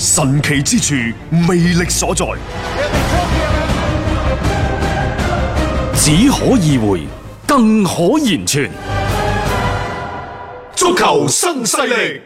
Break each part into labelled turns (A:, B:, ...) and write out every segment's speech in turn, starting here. A: 神奇之處，魅力所在，
B: 只可意會，更可言傳。
C: 足球新勢力，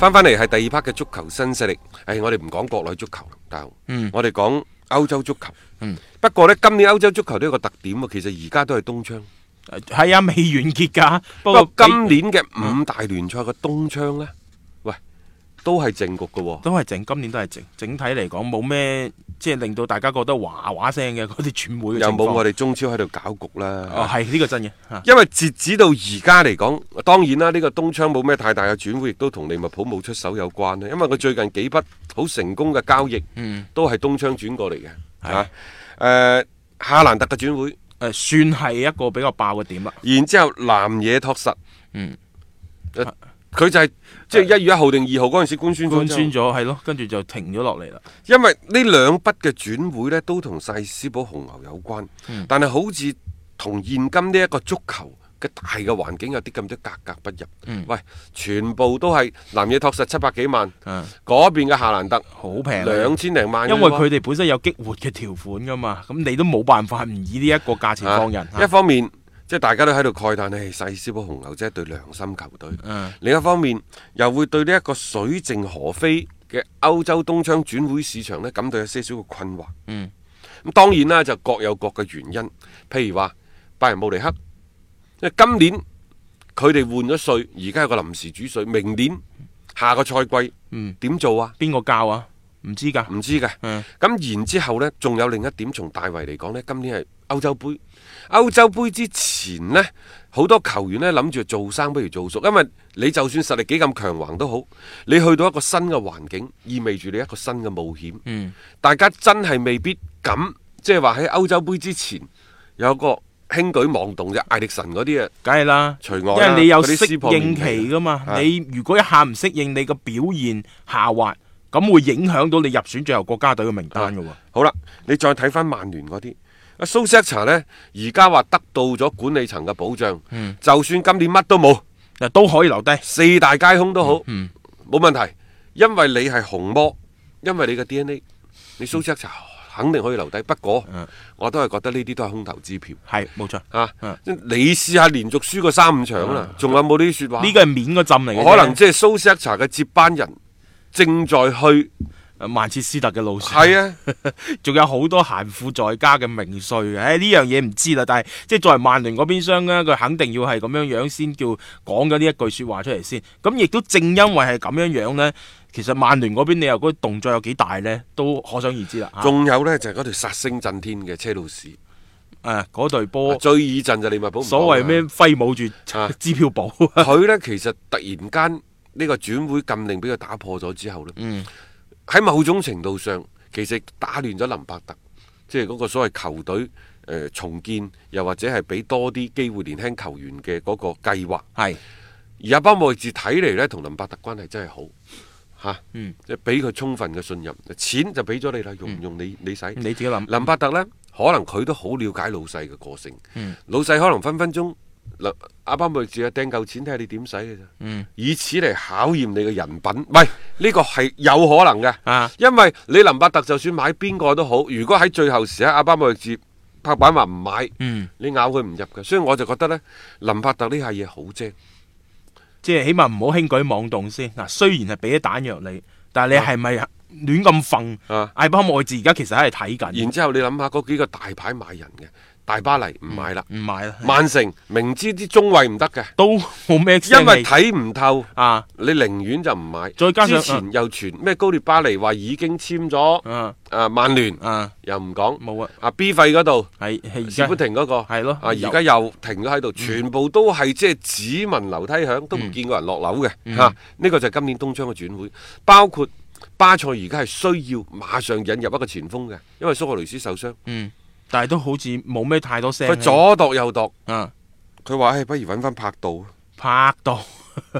D: 翻翻嚟係第二 part 嘅足球新勢力，唉、我哋唔講國內足球啦，大雄，我哋講歐洲足球。不過呢，今年歐洲足球都有個特點啊，其實而家都係東窗。
E: 係啊，未完結㗎。
D: 不
E: 不
D: 過
E: 過
D: 今年嘅五大聯賽嘅東窗呢，喂，都係正局嘅喎、
E: 都係整，今年都係整。整體嚟講，冇咩即係令到大家覺得嘩嘩聲嘅嗰啲轉會嘅
D: 又冇我
E: 哋？
D: 哋啊中超喺度搞局啦。
E: 哦，係呢個真嘅嚇。
D: 因為截止到而家嚟講，當然啦，呢、個東窗冇咩太大嘅轉會，亦都同利物浦冇出手有關啦。因為佢最近幾筆好成功嘅交易，都係東窗轉過嚟嘅。
E: 係
D: 啊，誒夏蘭特嘅轉會，
E: 誒，算係一個比較爆嘅點啦。
D: 然之後南野拓實，
E: 嗯
D: 誒，佢就係即係一月一號定二號嗰陣時官宣
E: 官
D: 咗之後
E: 宣咗係咯，跟住就停咗落嚟啦。
D: 因為呢兩筆嘅轉會呢，都同細斯堡紅牛有關，
E: 嗯
D: 但係好似同現今呢一個足球嘅大嘅環境有啲咁多格格不入。喂，全部都係南野拓實七百幾萬，
E: 嗯
D: 嗰邊嘅夏蘭特
E: 好平啊
D: 兩千零萬嘅啫
E: 因
D: 喎，
E: 為佢哋本身有激活嘅條款噶嘛，咁你都冇辦法唔以呢一個價錢
D: 啊
E: 放人。
D: 一方面即係大家都喺度慨嘆，唉，細斯堡紅牛即係一隊良心球隊。
E: 嗯
D: 另一方面又會對呢一個水靜河飛嘅歐洲東窗轉會市場呢，感到有些少嘅困惑。
E: 嗯，
D: 咁當然啦，就各有各嘅原因。譬如話拜仁慕尼黑，因為今年佢哋換咗帥，而家有個臨時主帥，明年下個賽季
E: 嗯
D: 點做啊？
E: 邊個教啊？唔知㗎。
D: 唔知嘅。
E: 嗯
D: 咁然之後呢，仲有另一點，從大圍嚟講呢，今年係歐洲杯。歐洲杯之前呢，好多球員呢諗住做生不如做熟，因為你就算實力幾咁強橫都好，你去到一個新嘅環境，意味住你一個新嘅冒險。
E: 嗯
D: 大家真係未必敢，即係話喺歐洲杯之前有一個輕舉妄動啫，艾力神嗰啲啊。
E: 梗係啦，
D: 除外
E: 因
D: 啦
E: 為你有
D: 嗰啲撕
E: 適
D: 破面
E: 應
D: 皮啊
E: 期
D: 嘅
E: 噶嘛。
D: 係
E: 你如果一下唔適應，你個表現下滑，咁會影響到你入選最後國家隊嘅名單噶喎。
D: 好啦，你再睇翻曼聯嗰啲，阿蘇斯克查呢，而家話得到咗管理層嘅保障，
E: 嗯
D: 就算今年乜都冇，
E: 嗱都可以留低，
D: 四大皆空都好，冇、
E: 嗯
D: 問題，因為你係紅魔，因為你嘅 DNA，你蘇斯克查肯定可以留低。不過、
E: 嗯
D: 我都係覺得呢啲都係空頭支票。
E: 係冇錯。
D: 啊！
E: 嗯
D: 你試下連續輸過三五場啦，仲有冇呢啲説話？
E: 呢個係面嗰浸嚟嘅啫，
D: 可能即係蘇斯克查嘅接班人正在去，
E: 能曼徹斯特嘅路線。
D: 係啊，
E: 仲有好多閒富在家嘅名帥嘅，唉呢樣嘢唔知啦，但係即係作為曼聯嗰邊商咧，佢肯定要係咁樣樣先叫講咗呢一句説話出嚟先。咁亦都正因為係咁樣樣呢，其實曼聯嗰邊你又嗰動作有幾大呢，都可想而知啦。啊嚇
D: 仲有呢，就係嗰隊殺聲震天嘅車路士，
E: 誒啊嗰隊波，
D: 啊最以陣就利物浦唔講啦。
E: 所謂咩揮舞住
D: 啊
E: 支票簿，
D: 佢呢，其實突然間呢個轉會禁令俾佢打破咗之後呢，
E: 嗯
D: 喺、某種程度上其實打亂咗林伯特，即係嗰個所謂球隊誒、呃重建，又或者係俾多啲機會年輕球員嘅嗰個計劃。
E: 係
D: 而阿巴莫治睇嚟呢，同林伯特關係真係好嚇，
E: 嗯
D: 即係俾佢充分嘅信任，錢就俾咗你啦，用唔用你你使。
E: 你自己諗。
D: 林伯特呢，可能佢都好了解老細嘅個性，
E: 嗯
D: 老細可能分分鐘嗱阿巴莫治啊掟嚿錢睇下你點使嘅咋，
E: 嗯
D: 以此嚟考驗你嘅人品，唔係呢個係有可能嘅，
E: 啊
D: 因為你林伯特就算買邊個都好，如果喺最後時刻阿巴莫治拍板話唔買，
E: 嗯，
D: 你咬佢唔入嘅，所以我就覺得呢，林伯特呢下嘢好精。
E: 即係起碼唔好輕舉妄動先。嗱，雖然係俾咗彈藥你，但係你係咪亂咁
D: 啊
E: 瞓？艾巴莫治而家其實喺度睇緊。
D: 然之後你諗下嗰幾個大牌買人嘅，大巴黎唔買啦，
E: 唔買啦，
D: 曼城明知啲中衞唔得嘅，
E: 都冇咩聲氣，
D: 因為睇唔透。
E: 啊，
D: 你寧願就唔買，
E: 再加上
D: 之前又傳咩高列巴黎話已經簽咗
E: 啊
D: 啊曼聯，
E: 啊
D: 又唔講
E: 冇啊，
D: 啊 B 費嗰度
E: 係係而
D: 史
E: 家
D: 夫廷嗰個
E: 係咯嗯
D: 啊而家又停咗喺度，全部都係即係只聞樓梯響，都唔見個人落樓
E: 嗯
D: 嘅嚇。呢個就係今年冬窗嘅轉會，包括巴塞而家係需要馬上引入一個前鋒嘅，因為蘇格雷斯受傷，
E: 嗯，但係都好似冇咩太多聲氣。
D: 佢左度右度，
E: 啊
D: 佢話：，哎唉，不如揾翻柏啊度。
E: 拍到。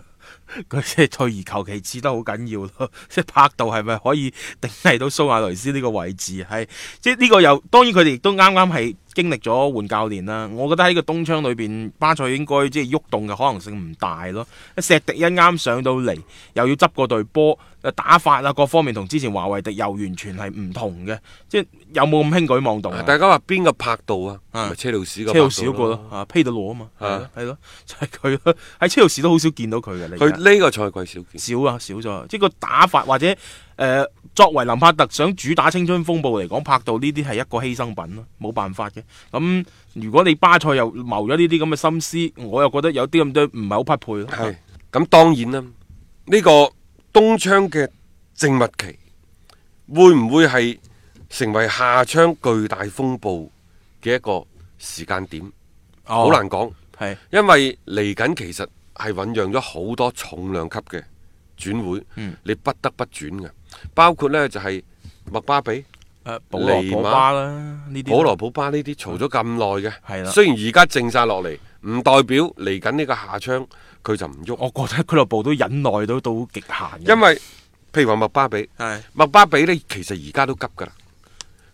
E: 佢即係退而求其次得好緊要咯， 即係拍到係咪可以頂替到蘇亞雷斯呢個位置？係即係呢個又當然佢哋亦都啱啱係經歷咗換教練啦。我覺得喺個冬窗裏邊，巴塞應該即係喐動嘅可能性唔大咯。石迪一啱上到嚟，又要執過隊波，打法啊各方面同之前華為迪又完全係唔同嘅，即係有冇咁輕舉妄動啊？
D: 大家話邊個柏度啊？
E: 啊
D: 咪車路士個
E: 車路
D: 柏
E: 士
D: 度
E: 嗰個咯，。啊披到羅啊嘛，係咯
D: 啊
E: 係咯，就係佢咯。喺車路士都好少見到佢嘅，你
D: 佢
E: 而家
D: 呢個賽季少見。
E: 少啊少咗啊，即係個打法或者誒、呃作為林柏特想主打青春風暴嚟講，拍到呢啲係一個犧牲品咯，冇辦法嘅。咁如果你巴塞又謀咗呢啲咁嘅心思，我又覺得有啲咁多唔係好匹配咯。
D: 係啊咁，當然啦，呢、個冬窗嘅靜默期會唔會係成為夏窗巨大風暴嘅一個時間點？好、
E: 哦
D: 難講，
E: 係
D: 因為嚟緊其實係醖釀咗好多重量級嘅轉會，
E: 嗯
D: 你不得不轉嘅，包括呢就係、麥巴比、
E: 誒保羅
D: 尼馬
E: 普巴啦呢啲
D: 保羅普巴呢啲嘈咗咁耐嘅，
E: 係啦
D: 雖然而家靜晒落嚟，唔代表嚟緊呢個夏窗佢就唔喐，
E: 我覺得俱樂部都忍耐到到極限嘅，
D: 因為譬如話麥巴比。
E: 係
D: 麥巴比呢，其實而家都急噶啦。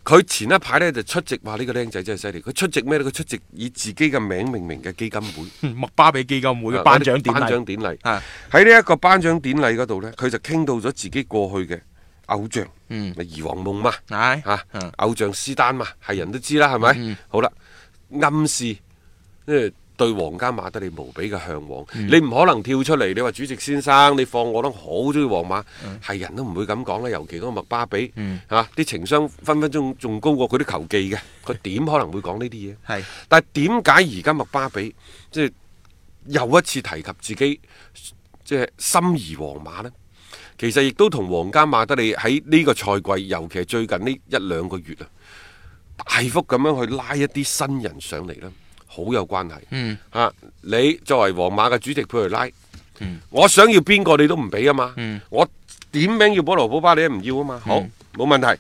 D: 佢前一排呢，就出席，話呢、個僆仔真係犀利。佢出席咩呢？佢出席以自己嘅名命名嘅基金會
E: 麥巴比基金會嘅
D: 啊
E: 頒獎典
D: 頒獎
E: 禮
D: 典禮
E: 啊
D: 喺呢一個頒獎典禮嗰度呢，佢就傾到咗自己過去嘅偶像，
E: 嗯
D: 咪兒王夢嘛，
E: 係
D: 嚇、
E: 嗯
D: 偶像斯丹嘛，係人都知啦，係咪？好啦，暗示即係對皇家馬德里無比嘅向往。
E: 嗯
D: 你唔可能跳出嚟，你話主席先生，你放我啦，好中意皇馬，
E: 嗯
D: 係、人都唔會咁講啦。尤其嗰個麥巴比，嚇啲、情商分分鐘仲高過佢啲球技嘅，佢點可能會講呢啲嘢？
E: 係
D: 但係點解而家麥巴比即係又一次提及自己即係心儀皇馬呢？其實亦都同皇家馬德里喺呢個賽季，尤其係最近呢一兩個月啊，大幅咁樣去拉一啲新人上嚟啦，好有關係。嗯，嚇、你作為皇馬嘅主席佩雷拉，我想要邊個你都唔俾啊嘛。我點名要保羅普巴你都唔要啊嘛。好，冇、問題。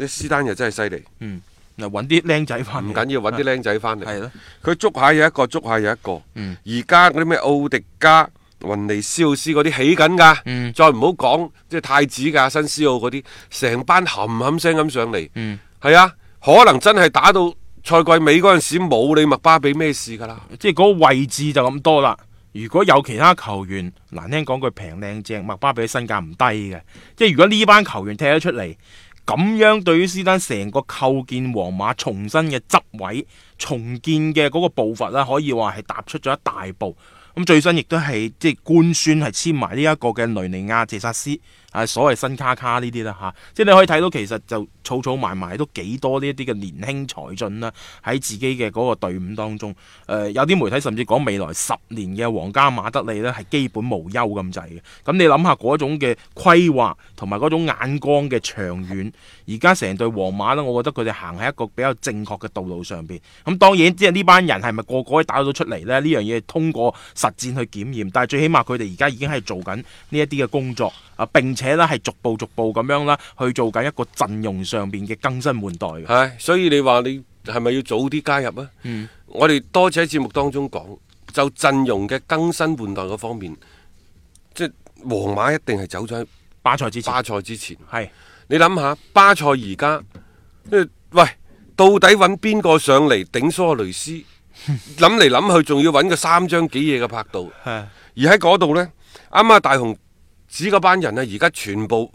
D: 啲斯丹又真係犀利。
E: 嗯嗱揾啲僆仔翻嚟
D: 唔緊要，揾啲僆仔翻嚟。
E: 係咯嗯
D: 佢捉下有一個，捉下有一個。而家嗰啲咩奧迪加、雲尼斯奧斯嗰啲起緊㗎。
E: 嗯
D: 再唔好講即係太子㗎、新斯奧嗰啲，成班冚冚聲咁上嚟。
E: 嗯
D: 係啊，可能真係打到賽季尾嗰陣時冇你麥巴比咩事㗎啦。
E: 即係嗰個位置就咁多啦。如果有其他球員，難聽講句平靚正，麥巴比身價唔低嘅。即係如果呢班球員踢咗出嚟，咁樣對於斯丹成個構建皇馬重新嘅執位、重建嘅嗰個步伐啦，可以話係踏出咗一大步。咁最新亦都係即係官宣係簽埋呢一個嘅雷尼亞謝薩斯啊，所謂新卡卡呢啲啦嚇，即係你可以睇到其實就儲儲埋埋都幾多呢一啲嘅年輕才俊啦，喺自己嘅嗰個隊伍當中，誒、呃有啲媒體甚至講未來十年嘅皇家馬德里呢係基本無憂咁滯嘅。咁你諗下嗰種嘅規劃同埋嗰種眼光嘅長遠，而家成隊皇馬呢，我覺得佢哋行喺一個比較正確嘅道路上邊。咁當然，即係呢班人係咪個個可以打到出嚟呢？呢樣嘢通過實戰去檢驗，但係最起碼佢哋而家已經係做緊呢一啲嘅工作啊，並且呢係逐步逐步咁樣啦，去做緊一個陣容上邊嘅更新換代嘅。
D: 係，所以你話你係咪要早啲加入啊？
E: 嗯
D: 我哋多次喺節目當中講，就陣容嘅更新換代嗰方面，即係皇馬一定係走咗喺
E: 巴塞之前
D: 巴塞之前。
E: 係
D: 你諗下，巴塞而家，呃喂，到底揾邊個上嚟頂蘇亞雷斯？諗嚟諗去，仲要揾個三張幾嘢嘅拍度。
E: 係
D: 而喺嗰度呢，啱啱大雄指嗰班人啊，而家全部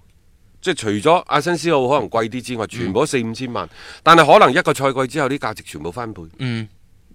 D: 即係除咗阿新斯奧可能貴啲之外，全部都四五千萬，但係可能一個賽季之後啲價值全部翻倍。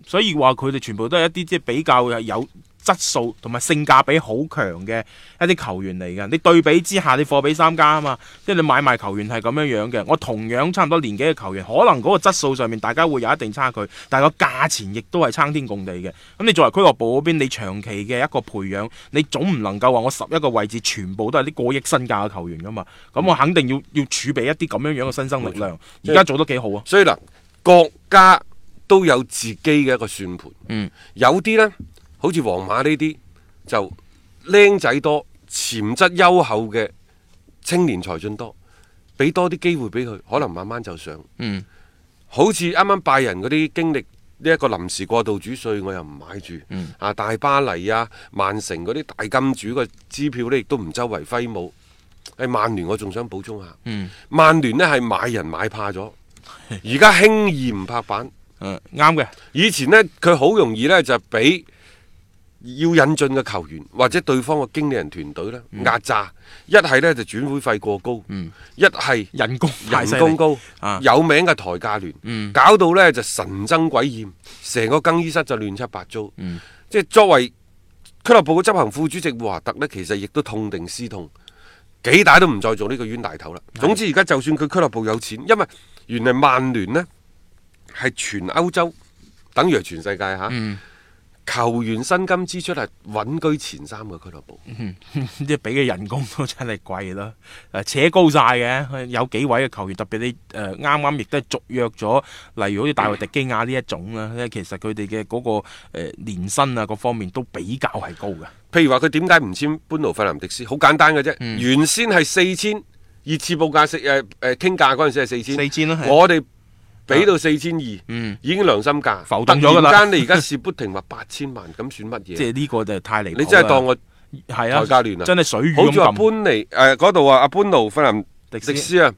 E: 所以話佢哋全部都係一啲即係比較有質素同埋性價比好強嘅一啲球員嚟嘅。你對比之下，你貨比三家啊嘛，即係你買賣球員係咁樣樣嘅。我同樣差唔多年紀嘅球員，可能嗰個質素上面大家會有一定差距，但係個價錢亦都係撐天共地嘅。咁你作為俱樂部嗰邊，你長期嘅一個培養，你總唔能夠話我十一個位置全部都係啲過億身價嘅球員噶嘛？咁我肯定要要儲備一啲咁樣樣嘅新生力量。而家做得幾好啊！
D: 所以嗱，國家都有自己嘅一個算盤。
E: 嗯，
D: 有啲呢，好似皇馬呢啲就僆仔多，潛質優厚嘅青年才俊多，俾多啲機會俾佢，可能慢慢就上。
E: 嗯，
D: 好似啱啱拜仁嗰啲經歷。呢一個臨時過渡主帥，我又唔買住。
E: 嗯
D: 啊，大巴黎啊、曼城嗰啲大金主嘅支票呢，亦都唔周圍揮舞。誒，曼聯我仲想補充下，
E: 嗯
D: 曼聯呢係買人買怕咗，而家輕易唔拍板。
E: 嗯，啱嘅。
D: 以前呢，佢好容易呢就俾要引進嘅球員或者對方嘅經理人團隊呢壓榨，一係呢就轉會費過高，一係
E: 人工太
D: 人
E: 犀利
D: 工高，嗯
E: 啊
D: 有名嘅抬價聯，搞到呢就神憎鬼厭，成個更衣室就亂七八糟。即係作為俱樂部嘅執行副主席胡華特呢，其實亦都痛定思痛，幾大都唔再做呢個冤大頭啦。總之而家就算佢俱樂部有錢，因為原來曼聯呢係全歐洲，等於係全世界嚇。球員薪金支出係穩居前三嘅俱樂部，
E: 即係俾嘅人工都真係貴啦， 誒扯高晒嘅，有幾位嘅球員特別你誒啱啱亦都係續約咗，例如好似大衛迪基亞呢一種啦， 其實佢哋嘅嗰個誒、呃、年薪啊各方面都比較係高嘅，
D: 譬如話佢點解唔簽班奴費南迪斯？好簡單嘅啫，
E: 嗯
D: 原先係四千，熱刺報價四誒誒傾價嗰陣時係四千，
E: 4000啦係啊
D: 我哋俾到四千二，
E: 嗯
D: 已經良心價，
E: 浮動咗㗎啦
D: 突然間你而家是不停話八千萬，咁算乜
E: 即
D: 嘢？
E: 係呢個就太離譜啦
D: 你真係當我
E: 係
D: 抬價聯
E: 啊，
D: 啊
E: 真係水魚
D: 好
E: 咁
D: 似話搬
E: 撳。
D: 嚟誒嗰度啊，阿班奴費南
E: 迪斯
D: 迪斯啊，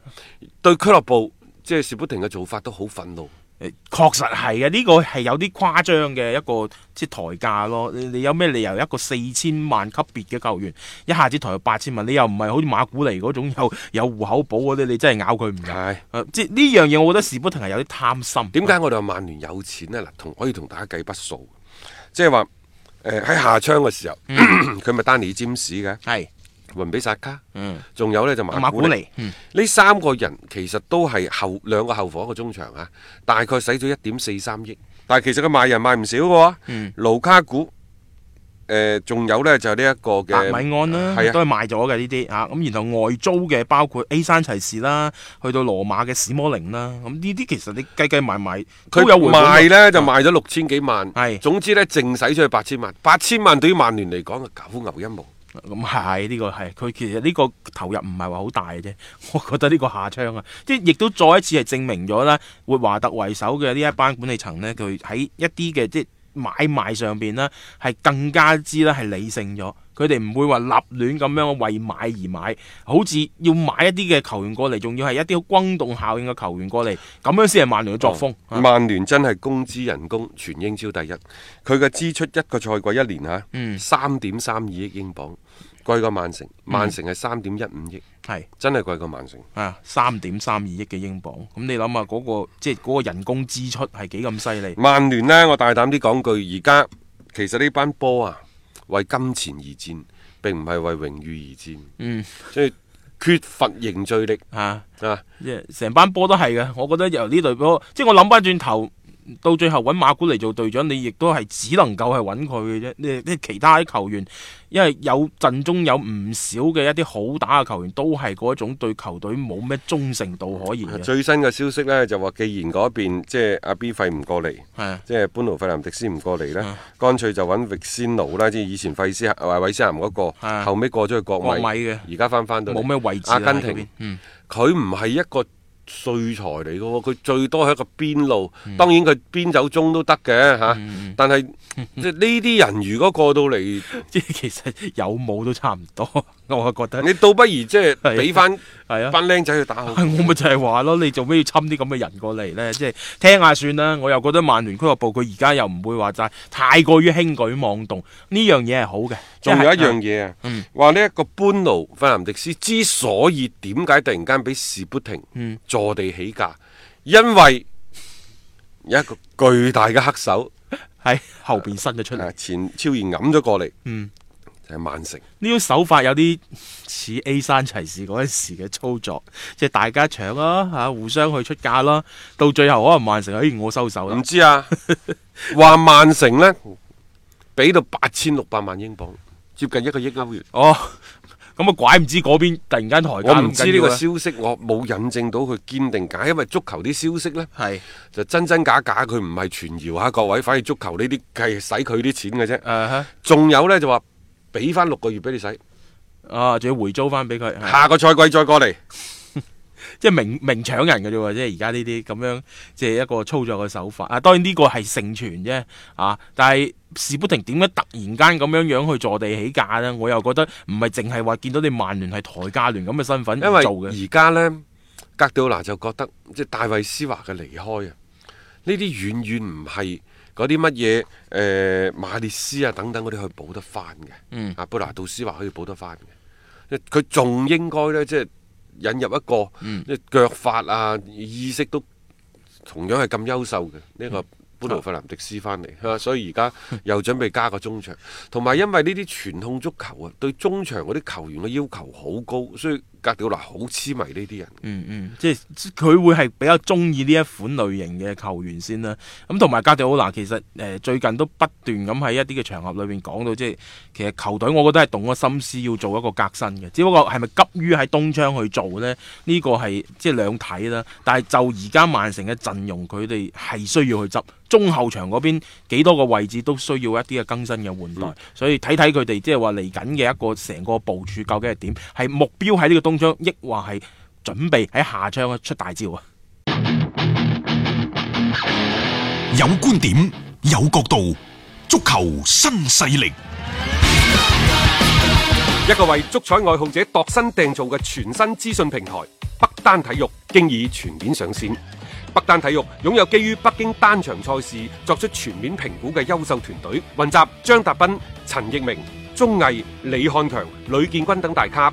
D: 對俱樂部即係是不停嘅做法都好憤怒。
E: 誒確實係嘅，呢、個係有啲誇張嘅一個即係抬價咯。你你有咩理由一個四千萬級別嘅球員一下子抬到八千萬？你又唔係好似馬古尼嗰種有有户口簿嗰啲，你真係咬佢唔入。
D: 係
E: 誒即係呢樣嘢，我覺得士砵亭係有啲貪心。
D: 點解我哋話曼聯有錢呢？嗱，同可以同大家計筆數，即係話誒喺下窗嘅時候，
E: 嗯
D: 佢咪、丹尼詹士嘅，
E: 係
D: 雲比薩卡，
E: 嗯
D: 仲有呢就馬
E: 馬古尼
D: 尼，嗯呢三個人其實都係後兩個後防一個中場啊，大概使咗一點四三億，但係其實佢賣人賣唔少嘅喎，
E: 嗯
D: 盧卡古。誒，仲、有呢，就係呢一個
E: 達
D: 嘅
E: 米安啦，
D: 係啊
E: 都係賣咗嘅呢啲嚇。咁然後外租嘅包括 A 山齊士啦，去到羅馬嘅史摩寧啦，咁呢啲其實你計計埋埋都
D: 佢
E: 有回本㗎
D: 賣呢就賣咗六千幾萬，
E: 係
D: 總之呢，淨使咗去八千萬，八千萬對於曼聯嚟講係九牛一毛。
E: 咁係呢個係佢其實呢個投入唔係話好大嘅啫， 我覺得呢個下窗啊，即係亦都再一次係證明咗啦，活華特為首嘅呢一班管理層呢，佢喺一啲嘅即係買賣上邊呢，係更加之啦係理性咗，佢哋唔會話立亂咁樣為買而買，好似要買一啲嘅球員過嚟，仲要係一啲好轟動效應嘅球員過嚟，咁樣先係曼聯嘅作風。啊
D: 哦曼聯真係工資人工全英超第一，佢嘅支出一個賽季一
E: 嗯
D: 年嚇，三點三二億英鎊，貴過曼城，曼城係三點一五億，
E: 係、
D: 真係貴過曼城。
E: 啊，三點三二億嘅英鎊，咁你諗下嗰個即係嗰個人工支出係幾咁犀利？
D: 曼聯呢，我大膽啲講句，而家其實呢班波啊，為金錢而戰，並唔係為榮譽而戰，
E: 嗯，
D: 所以缺乏凝聚力
E: 啊！
D: 啊！
E: 即係成班波都係嘅，我覺得由呢隊波，即係我諗翻轉頭，到最後揾馬古嚟做隊長，你亦都係只能夠係揾佢嘅啫。你你其他啲球員，因為有陣中有唔少嘅一啲好打嘅球員，都係嗰一種對球隊冇咩忠誠度可言嘅。
D: 最新嘅消息呢，就話，既然嗰邊即係阿 B 費唔過嚟。
E: 係啊，
D: 即係班奴費南迪斯唔過嚟呢，乾脆就揾域仙奴啦，即係以前費斯啊韋斯咸嗰
E: 啊
D: 個，後尾過咗去國米
E: 國米嘅
D: 而家翻翻到嚟
E: 冇咩位置啊
D: 阿根
E: 喺嗰邊
D: 廷
E: 嗯，
D: 佢唔係一個帥才嚟嘅喎，佢最多係一個邊路，
E: 嗯
D: 當然佢邊走中都得嘅嚇，但 係即係呢啲人如果過到嚟，
E: 即係其實有冇都差唔多，我係覺得
D: 你倒不如即係
E: 係
D: 俾翻
E: 係啊。
D: 班僆仔去打好。
E: 係我咪就係話咯，你做咩要侵啲咁嘅人過嚟呢？即係聽下算啦。我又覺得曼聯俱樂部佢而家又唔會話就係太過於輕舉妄動，呢樣嘢係好嗯嘅。
D: 仲有一
E: 即係
D: 樣，嘢啊，話呢一個班奴費南迪斯之所以點解突然間俾士砵亭
E: 嗯
D: 坐地起價，因為有一個巨大嘅黑手
E: 喺後邊伸咗出嚟
D: 啊。前超然揞咗過嚟，
E: 嗯，
D: 就係曼城。
E: 呢種手法有啲似 A 山齊士嗰陣時嘅操作，即係大家搶啦、嚇、互相去出價啦，到最後可能曼城，哎，我收手啦
D: 唔，知 啊，話曼城呢，俾到八千六百萬英鎊，接近一個億歐元。
E: 哦，咁啊拐唔知嗰邊突然間抬價，
D: 我唔知呢個
E: 咁緊啊
D: 消息，我冇引證到佢堅定假，因為足球啲消息呢，
E: 要啊係
D: 就真真假假，佢唔係傳謠嚇各位，反而足球呢啲係使佢啲錢嘅啫。
E: 誒嚇
D: 仲有呢，就話俾翻六個月俾你使，
E: 啊，仲要回租翻俾佢，係
D: 下個賽季再過嚟。
E: 嗯即係明明搶人嘅啫喎，即係而家呢啲咁樣，即係一個操作嘅手法啊。當然呢個係盛傳啫啊，但係士不停點解突然間咁樣樣去坐地起價呢？我又覺得唔係淨係話見到你曼聯係抬價聯咁嘅身份
D: 因
E: 而
D: 為
E: 做嘅，
D: 而家呢，格調拿就覺得即係大衛斯華嘅離開啊，呢啲遠遠唔係嗰啲乜嘢誒馬列斯啊等等嗰啲去補得翻嘅。
E: 嗯
D: 啊，貝拿杜斯華可以補得翻嘅，佢仲應該呢，即係引入一個
E: 嗯
D: 即係腳法啊意識都同樣係咁優秀嘅呢個。布魯弗南迪斯翻嚟，啊所以而家又準備加個中場，同埋因為呢啲傳控足球啊，對中場嗰啲球員嘅要求好高，所以格調拿好痴迷呢啲人。
E: 嗯嗯，即係佢會係比較中意呢一款類型嘅球員先啦。咁同埋加迪奧拿其實誒、呃最近都不斷咁喺一啲嘅場合裏面講到，即係其實球隊我覺得係動咗心思要做一個革新嘅，只不過係咪急於喺東窗去做呢？呢、個係即係兩睇啦。但係就而家曼城嘅陣容，佢哋係需要去執中後場嗰邊幾多個位置都需要一啲嘅更新嘅換代，所以睇睇佢哋即係話嚟緊嘅一個成個部署究竟係點，係目標喺呢個東窗，抑或係？準備喺下窗出大招啊！
C: 有觀點，有角度，足球新勢力。
D: 一個為足彩愛好者度身訂造嘅全新資訊平台北單體育，經已全面上線。北單體育擁有基於北京單場賽事作出全面評估嘅優秀團隊，雲集張達斌、陳奕明、鐘毅、李漢強、呂建軍等大咖，